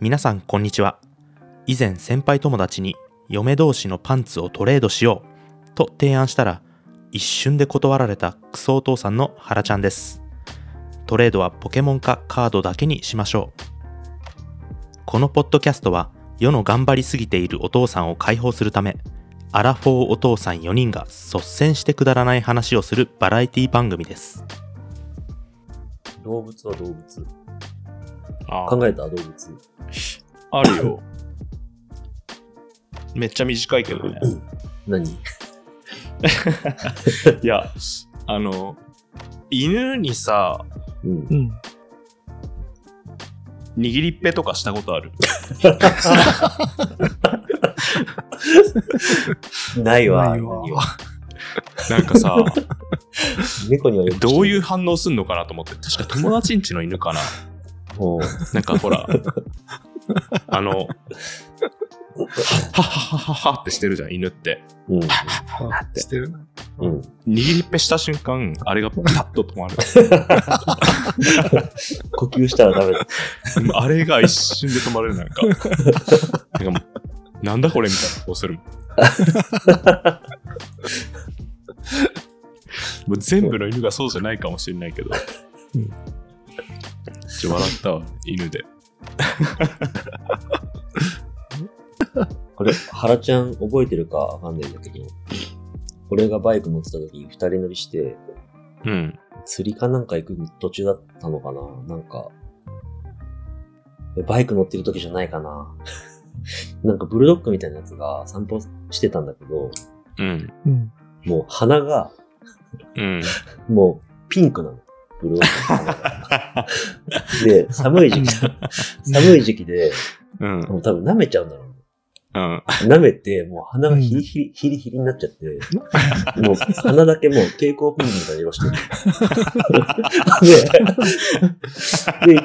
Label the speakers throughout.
Speaker 1: 皆さんこんにちは以前先輩友達に嫁同士のパンツをトレードしようと提案したら一瞬で断られたクソお父さんのハラちゃんですトレードはポケモンかカードだけにしましょうこのポッドキャストは世の頑張りすぎているお父さんを解放するためアラフォーお父さん4人が率先してくだらない話をするバラエティ番組です
Speaker 2: 動物は動物。
Speaker 3: あ
Speaker 2: 考えた動物。
Speaker 3: あるよ。めっちゃ短いけどね。
Speaker 2: 何
Speaker 3: いや、あの、犬にさ、
Speaker 2: うん。
Speaker 4: うん。
Speaker 3: 握りっぺとかしたことある。
Speaker 2: ないわ。
Speaker 4: ないわ
Speaker 2: 犬には
Speaker 3: なんかさ、
Speaker 2: 猫にはよく聞
Speaker 3: どういう反応すんのかなと思って、確か友達んちの犬かな。
Speaker 2: もう
Speaker 3: なんかほ ら、あの、はははははってしてるじゃん、犬って。
Speaker 2: うん。
Speaker 4: あ、してるな。
Speaker 2: うん。
Speaker 3: 握りっぺした瞬間、あれがパッと止まる。
Speaker 2: 呼吸したらダメだ。
Speaker 3: うんあれが一瞬で止まれる、なんか。なんかもうなんだこれみたいな顔す るもん。もう全部の犬がそうじゃないかもしれないけど。
Speaker 4: うん
Speaker 3: ちょ笑ったわ、犬で。
Speaker 2: これ、原ちゃん覚えてるかわかんないんだけど、俺がバイク乗ってた時に二人乗りして、
Speaker 3: うん。
Speaker 2: 釣りかなんか行く途中だったのかななんか、えバイク乗ってる時じゃないかな なんかブルドッグみたいなやつが散歩してたんだけど、
Speaker 3: うん。
Speaker 4: うん。
Speaker 2: もう鼻が、
Speaker 3: うん。
Speaker 2: もうピンクなの。ブルドッグの鼻が。で、寒い時期、寒い時期で、
Speaker 3: うん。
Speaker 2: もう多分舐めちゃうんだろう。
Speaker 3: うん。
Speaker 2: 舐めて、もう鼻がヒリヒリ、ヒリヒリになっちゃって、もう鼻だけもう蛍光ピンクみたいな色してる。で、で、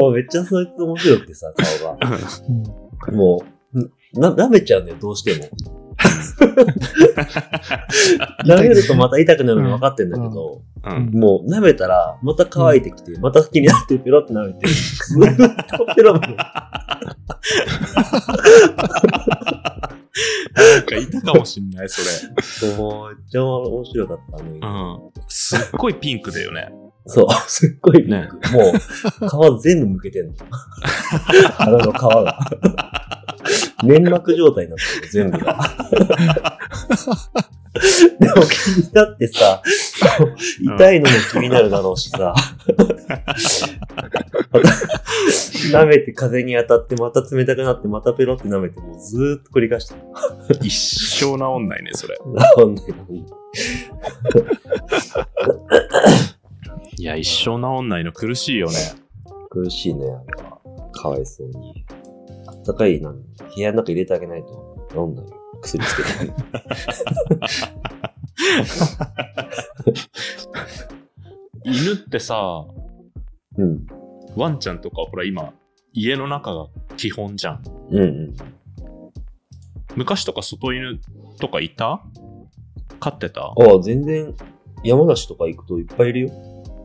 Speaker 2: もうめっちゃそいつ面白くてさ、顔が。
Speaker 4: うん。
Speaker 2: もう、な、舐めちゃうんだよ、どうしても。舐めるとまた痛くなるの分かってんだけど、
Speaker 3: うん。
Speaker 2: もう舐めたら、また乾いてきて、また好きになって、ペロって舐めて、ずーっとペロペロ。
Speaker 3: なんかいたかもしんない、それ。
Speaker 2: もう、めっちゃ面白かったね。
Speaker 3: うん。すっごいピンクだよね。
Speaker 2: そう、 すっごいピン
Speaker 3: ね
Speaker 2: ク。もう、皮全部むけてんの。 腹の皮が。粘膜状態になってる、全部が。 でも気になってさ、痛いのも気になるだろうしさ。 舐めて風に当たって、また冷たくなって、またペロって舐めて、もうずーっと繰り返してる。
Speaker 3: 一生治んないね、それ。
Speaker 2: なんで
Speaker 3: いや、一生治んないの苦しいよね。
Speaker 2: 苦しいね、あれは。かわいそうに。あったかいな、部屋の中入れてあげないと、飲んだよ。薬つけて。
Speaker 3: 犬ってさ、
Speaker 2: うん。
Speaker 3: ワンちゃんとかほら今、家の中が基本じゃん。
Speaker 2: うんうん。
Speaker 3: 昔とか外犬とかいた飼ってた
Speaker 2: ああ、全然、山梨とか行くといっぱいいるよ。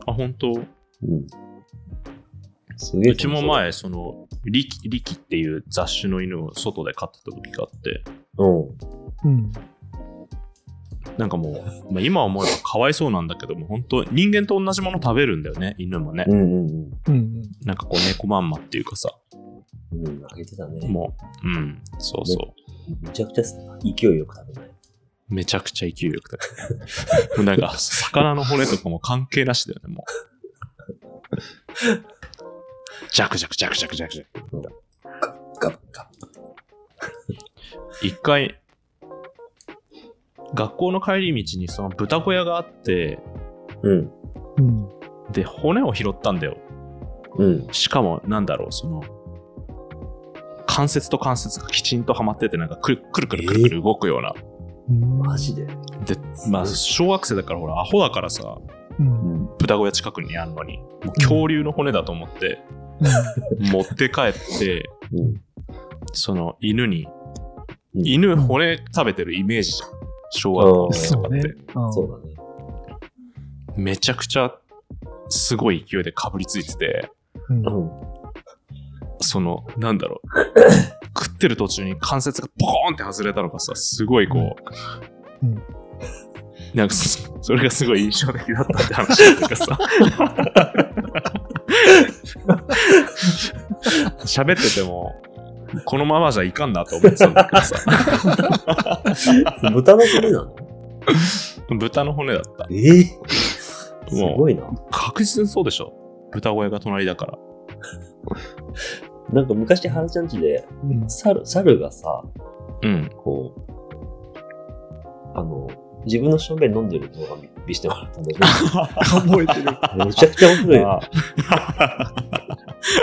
Speaker 3: あ、本当。
Speaker 2: うん。すげえ。
Speaker 3: うちも。前、その、リキ、リキっていう雑種の犬を外で飼ってた時があって、
Speaker 2: うん。
Speaker 4: うん。
Speaker 3: なんかもう、まあ、今思えばかわいそうなんだけども、本当人間と同じもの食べるんだよね、犬もね
Speaker 2: う。んうん
Speaker 4: うん。
Speaker 3: なんかこう、猫まんまっていうかさ、
Speaker 2: うん。うん、あげてたね。
Speaker 3: もう、うん、そうそ
Speaker 2: めちゃくちゃ勢いよく食べない。
Speaker 3: う。めちゃくちゃ勢いよくて。も うなんか、魚の骨とかも関係なしだよね、もう。ジャクジャクジャクジャクジャクジャク。
Speaker 2: ガブガ
Speaker 3: 一回、学校の帰り道にその豚小屋があって、
Speaker 2: ブ。うん。
Speaker 4: うん。
Speaker 3: で、骨を拾ったんだよ。
Speaker 2: うん。
Speaker 3: しかも、なんだろう、その、関節と関節がきちんとはまってて、なんかくるくるくるくるくる動くような。
Speaker 4: うん。
Speaker 2: マジで。
Speaker 3: で、まあ、小学生だから、ほら、アホだからさ、
Speaker 4: うん。
Speaker 2: ん。
Speaker 3: 豚小屋近くにあるのに、もう恐竜の骨だと思って、持って帰って、
Speaker 2: うん。
Speaker 3: その犬に、
Speaker 2: うん
Speaker 3: 犬骨食べてるイメージじゃん。小学生
Speaker 4: そ
Speaker 3: とか
Speaker 4: う
Speaker 3: って。
Speaker 4: ね。うん
Speaker 2: そうだね。
Speaker 3: めちゃくちゃすごい勢いでかぶりついてて、
Speaker 4: うん
Speaker 2: うん。
Speaker 3: その、なんだろう。食ってる途中に関節がポコーンって外れたのがさ、すごいこう、
Speaker 4: うん
Speaker 3: なんかそ、それがすごい印象的だったって話なんだけどさ。喋ってても、このままじゃいかんなと思ってたんだけどさ。
Speaker 2: 豚の骨なの
Speaker 3: 豚の骨だった。
Speaker 2: えー、す
Speaker 3: もう
Speaker 2: ごいな。
Speaker 3: 確実にそうでしょ。豚小屋が隣だから。
Speaker 2: なんか昔、原ちゃんちで、
Speaker 4: うん
Speaker 2: 猿、猿がさ、
Speaker 3: うん。
Speaker 2: こう、あの、自分のしょんべん飲んでる動画見見せてもらったんだけ
Speaker 4: 覚えてる。
Speaker 2: ど、めちゃくちゃ面白いよ。
Speaker 3: あ、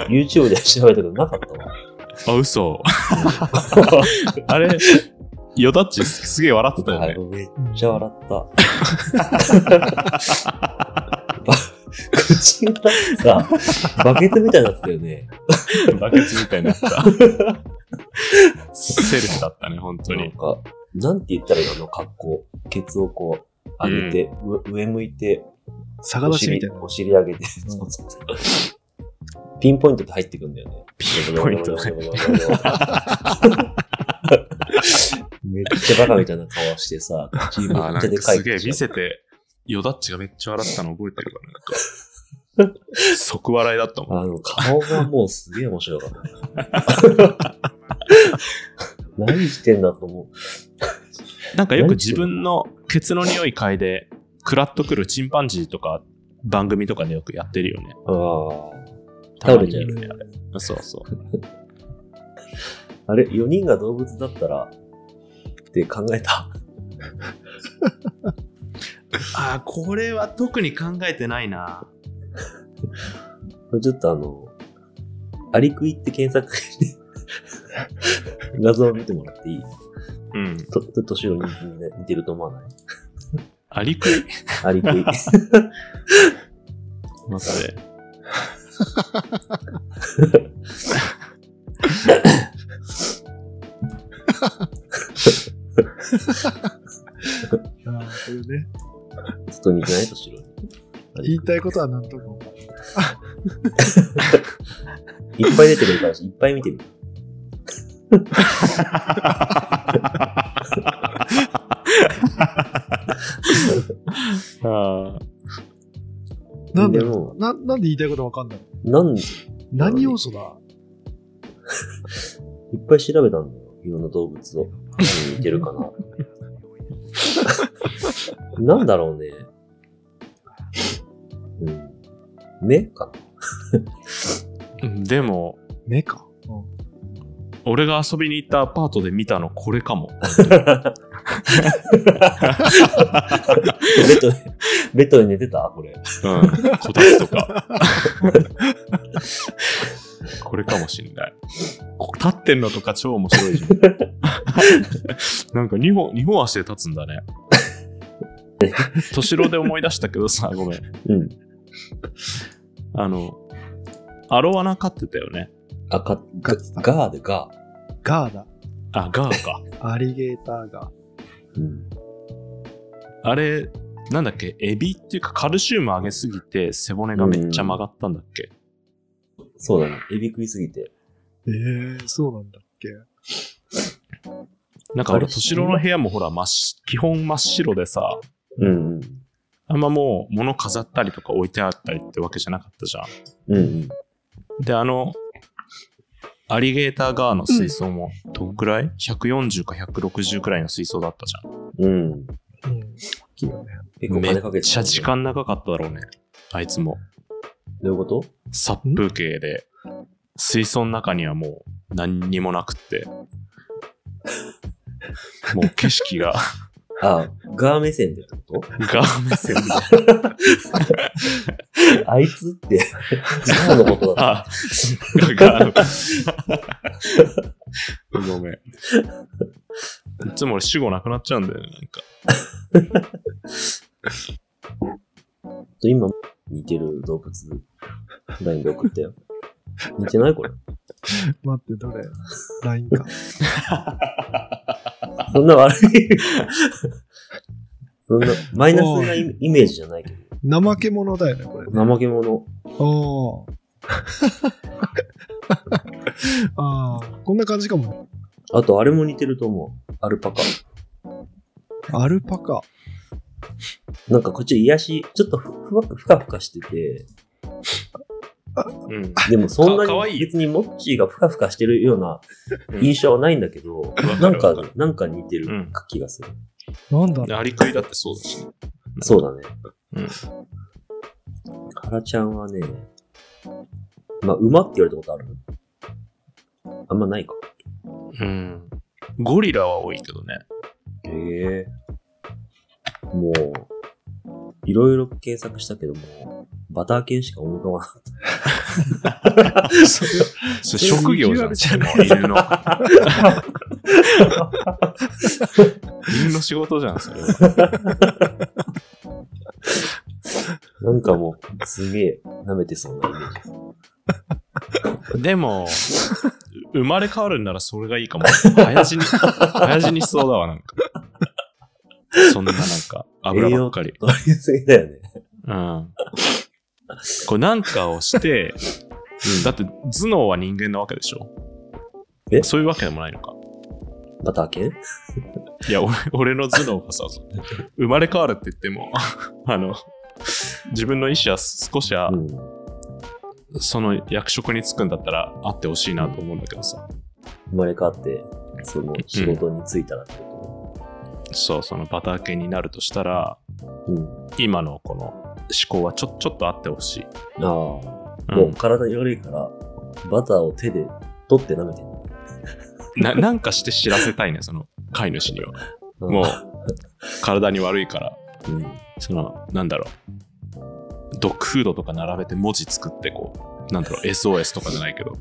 Speaker 2: YouTube で調べたけどなかったわ。
Speaker 3: 嘘。 あれ、ヨダッチすすげえ笑ってたよ
Speaker 2: あ
Speaker 3: ね。
Speaker 2: のめっちゃ笑 った。 口がさ、バケツみたいになってたよね。
Speaker 3: バケツみたいになった。セルフだったね、本当
Speaker 2: な
Speaker 3: に
Speaker 2: ん。か、なんて言ったらいいのあの格好。ケツをこう、上げて、う上向いて、
Speaker 4: 逆
Speaker 2: お
Speaker 4: 立ちみ
Speaker 2: 尻
Speaker 4: たいな。
Speaker 2: お尻上げて、そうそうそうピンポイントで入ってくんだよね。ピン
Speaker 3: ポイントで
Speaker 2: めっちゃバカみたいな顔してさ、口め
Speaker 3: あー
Speaker 2: っ
Speaker 3: な
Speaker 2: ちゃ
Speaker 3: ん
Speaker 2: で
Speaker 3: か
Speaker 2: かい
Speaker 3: す
Speaker 2: 口
Speaker 3: げえ見
Speaker 2: して
Speaker 3: せて、ヨダッチがめっちゃ笑ったの覚えてるから、なんか。 即笑いだったもん。
Speaker 2: あの、顔がもうすげえ面白かった。 何してんだと思う。
Speaker 3: なんかよく自分のケツの匂い嗅いで、クラッとくるチンパンジーとか、番組とかでよくやってるよね。
Speaker 2: ああ。
Speaker 3: た
Speaker 2: 倒れ
Speaker 3: まに
Speaker 2: ちゃ
Speaker 3: 見
Speaker 2: う
Speaker 3: るね
Speaker 2: ね。。
Speaker 3: あれそうそう。
Speaker 2: あれ、4人が動物だったら、って考えた。
Speaker 3: ああ、これは特に考えてないな。
Speaker 2: これちょっとあの、アリクイって検索 して、画像を見てもらっていい
Speaker 3: うん。
Speaker 2: と、と、年寄りにみんな似てると思わない
Speaker 3: アリクイ
Speaker 2: アリクイ。
Speaker 3: 待って。
Speaker 4: ああ、それね。
Speaker 2: ちょっと似てない年寄り。
Speaker 4: 言いたいことはなんとか。
Speaker 2: いっぱい出てくるから、いっぱい見てみる。
Speaker 3: あ
Speaker 4: なんだ
Speaker 2: で
Speaker 4: ろ
Speaker 2: も
Speaker 4: う。な、なんで言いたいことわかんないの
Speaker 2: なんで、い
Speaker 4: 何要素だ
Speaker 2: っぱい調べたんだよ。いろんな動物を。何に似てるか な。なんだろうね。うん。目かな
Speaker 3: でも、
Speaker 4: 目か。
Speaker 3: 俺が遊びに行ったアパートで見たのこれかも。
Speaker 2: ベ ッドで、ベッドで寝てたこれ。
Speaker 3: うん。こたつとか。これかもしんない。こ立ってんのとか超面白いじゃん。なんか2本、二本足で立つんだね。敏郎で思い出したけどさ、ごめん。
Speaker 2: うん。
Speaker 3: あの、アロワナ飼ってたよね。
Speaker 2: あ、か、
Speaker 4: ガ
Speaker 2: ガ
Speaker 4: ッツだ
Speaker 2: ガーでガー。
Speaker 4: ガーだ。
Speaker 3: あ、ガーか。
Speaker 4: アリゲーターが。
Speaker 2: うん。
Speaker 3: あれ、なんだっけ、エビっていうかカルシウム上げすぎて背骨がめっちゃ曲がったんだっけ。
Speaker 2: そうだね。エビ食いすぎて。
Speaker 4: ええそうなんだっけ。
Speaker 3: なんか俺、敏郎の部屋もほら、真っし基本真っ白でさ、
Speaker 2: うんうん。
Speaker 3: あんまもう物飾ったりとか置いてあったりってわけじゃなかったじゃん。
Speaker 2: うんうん。
Speaker 3: で、あの、アリゲーターガーの水槽もどんくらい、?140 か160くらいの水槽だったじ
Speaker 2: う
Speaker 3: ゃん。
Speaker 2: ん。
Speaker 4: うん。きよね。
Speaker 2: 結構
Speaker 3: め
Speaker 2: 金かけてたね
Speaker 3: っちゃ時間長かっただろうね。あいつも。
Speaker 2: どういうこと
Speaker 3: 殺風景で、水槽の中にはもう何にもなくって。もう景色 が
Speaker 2: あ、ガー目線でってこ
Speaker 3: ガー目線で。
Speaker 2: とあいつって、ガーのことだっ
Speaker 3: あ、ガーの。ごめん。いつも俺死後なくなっちゃうんだよね、なんか。
Speaker 2: たと今、似てる動物、ラインで送ったよ。似てないこれ。
Speaker 4: 待って、どれ ?LINE か。
Speaker 2: そんな悪い。そんな、マイナスなイイメージじゃないけど。
Speaker 4: 怠け者だよね、これね。
Speaker 2: 怠け者。
Speaker 4: ああ。 ああ、こんな感じかも。
Speaker 2: あと、あれも似てると思う。アルパカ。
Speaker 4: アルパカ。
Speaker 2: なんかこっち癒し、ちょっとふふわふかふかしてて、
Speaker 3: うん。
Speaker 2: でもそんな
Speaker 3: かかわい
Speaker 2: に
Speaker 3: い
Speaker 2: 別にモッチーがふかふかしてるような
Speaker 3: うん
Speaker 2: 印象はないんだけど、
Speaker 3: る
Speaker 2: なんか
Speaker 3: わかる、
Speaker 2: なんか似て
Speaker 3: う
Speaker 2: る
Speaker 3: ん
Speaker 2: 気がする。
Speaker 4: なんだろう。
Speaker 3: でアリクイだってそうだし。
Speaker 2: そうだね。
Speaker 3: うん
Speaker 2: ハラちゃんはね、まあ、馬って言われたことあるあんまないか。
Speaker 3: うん。ゴリラは多いけど ね。
Speaker 2: へえ。もう、いろいろ検索したけども、バター犬しか思い浮かばなかっ
Speaker 3: それ職業じゃん、それもう犬の。 犬の仕事じゃん、それは。
Speaker 2: た。なんかもう、すげえ舐めてそうなイメージ。
Speaker 3: でも、生まれ変わるんならそれがいいかも。早 死に、早死にしそうだわ、なんか。そんななんか、油ばっかり。
Speaker 2: 取りすぎだよね。
Speaker 3: うん。これなんかをして、だって頭脳は人間なわけでしょ
Speaker 2: え
Speaker 3: そういうわけでもないのか。
Speaker 2: バター犬
Speaker 3: いや、俺俺の頭脳がさ、生まれ変わるって言っても、 あの、自分の意思は少しは、
Speaker 2: うん。
Speaker 3: その役職に就くんだったらあってほしいなと思うんだけどさ。
Speaker 2: 生まれ変わって、その仕事に就いたらってこ
Speaker 3: そう、そのバター系になるとしたら、
Speaker 2: と、うん、
Speaker 3: 今のこの思考はちょちょっとあってほしい。
Speaker 2: ああ、
Speaker 3: う、
Speaker 2: もうん体に悪いから、バターを手で取って舐めてる。
Speaker 3: ななんかして知らせたいね、その飼い主には。もう、体に悪いから、
Speaker 2: うん。うん。
Speaker 3: その、なんだろう。ドッグフードとか並べて文字作ってこう、なんだろう、SOS とかじゃない けど、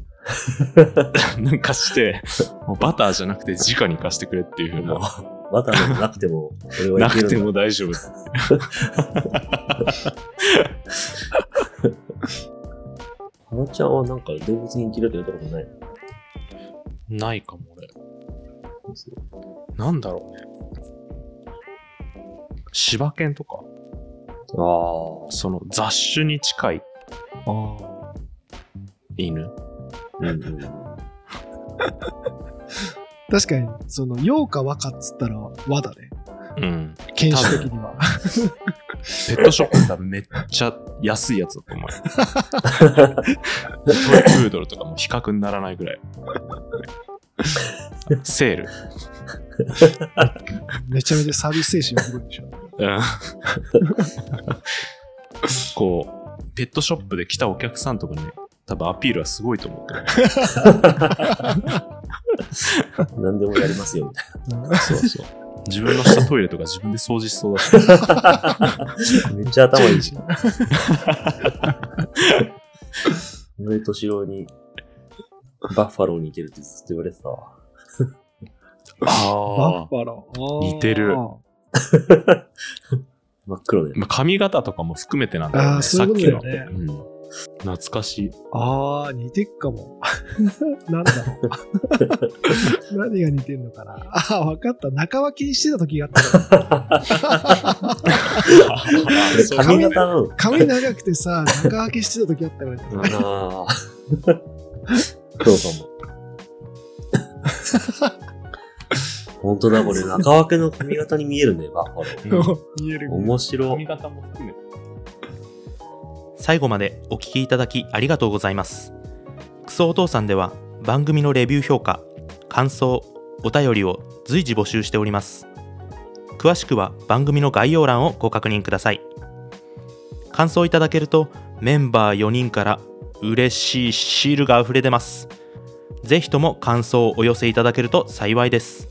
Speaker 3: なんかして、もうバターじゃなくて直に貸してくれっていう風
Speaker 2: もう
Speaker 3: な、
Speaker 2: バターなんてなくても、俺は
Speaker 3: ない
Speaker 2: け
Speaker 3: くて
Speaker 2: るんだ。
Speaker 3: も大丈夫。
Speaker 2: ハマちゃんはなんか動物に嫌いって言ったこと ない。
Speaker 3: ないかも、俺。なんだろうね。柴犬とか、
Speaker 2: あ
Speaker 3: その雑種に近い
Speaker 4: あ
Speaker 3: 犬。
Speaker 2: あ。うんうん。
Speaker 4: あ。確かに、その、洋か和かっつったら和だね。
Speaker 3: うん。
Speaker 4: 犬種的に は。
Speaker 3: ペットショップ行ったらめっちゃ安いやつだと思うよ。トイプードルとかも比較にならないぐらい。セール。
Speaker 4: めちゃめちゃサービス精神すごいでしょ。
Speaker 3: うんこう、ペットショップで来たお客さんとかに、多分アピールはすごいと思うけど。
Speaker 2: 何でもやりますよ、みた
Speaker 3: そうそう。自分のしたトイレとか自分で掃除しそうだ
Speaker 2: い
Speaker 3: し。
Speaker 2: な。 めっちゃ頭いいじ ゃん。俺、敏郎に、バッファローに似てるってずっと言われてたわ。
Speaker 3: あ
Speaker 4: バッ。ファロー。あー
Speaker 3: 似てる
Speaker 2: 真っ黒で。
Speaker 3: まあ、髪型とかも含めてなんだ
Speaker 4: あ
Speaker 3: よ
Speaker 4: あ、
Speaker 3: ね、
Speaker 4: そ
Speaker 3: さ
Speaker 4: う
Speaker 3: っ
Speaker 4: いうこと
Speaker 3: き
Speaker 4: だよ
Speaker 3: の。
Speaker 4: ね。
Speaker 3: うん、懐かしい。
Speaker 4: ああ、似てっかも。 なんだろう。 何が似てんのかな。ああ、わかった。中分けにしてた時があったの。
Speaker 3: そういう
Speaker 2: 髪
Speaker 3: ことね
Speaker 2: 型なの
Speaker 4: 髪長くてさ、中分けしてた時あったのに。
Speaker 2: ああ。 そうかも。本当だ、これ中分けの髪型に見えるね、バッファロー。
Speaker 3: うん
Speaker 4: 見える。
Speaker 2: 面白
Speaker 3: 髪。型も含めて。
Speaker 1: 最後までお聞きいただきありがとうございますクソお父さんでは番組のレビュー評価感想お便りを随時募集しております詳しくは番組の概要欄をご確認ください感想いただけるとメンバー4人から嬉しいシールが溢れ出ますぜひとも感想をお寄せいただけると幸いです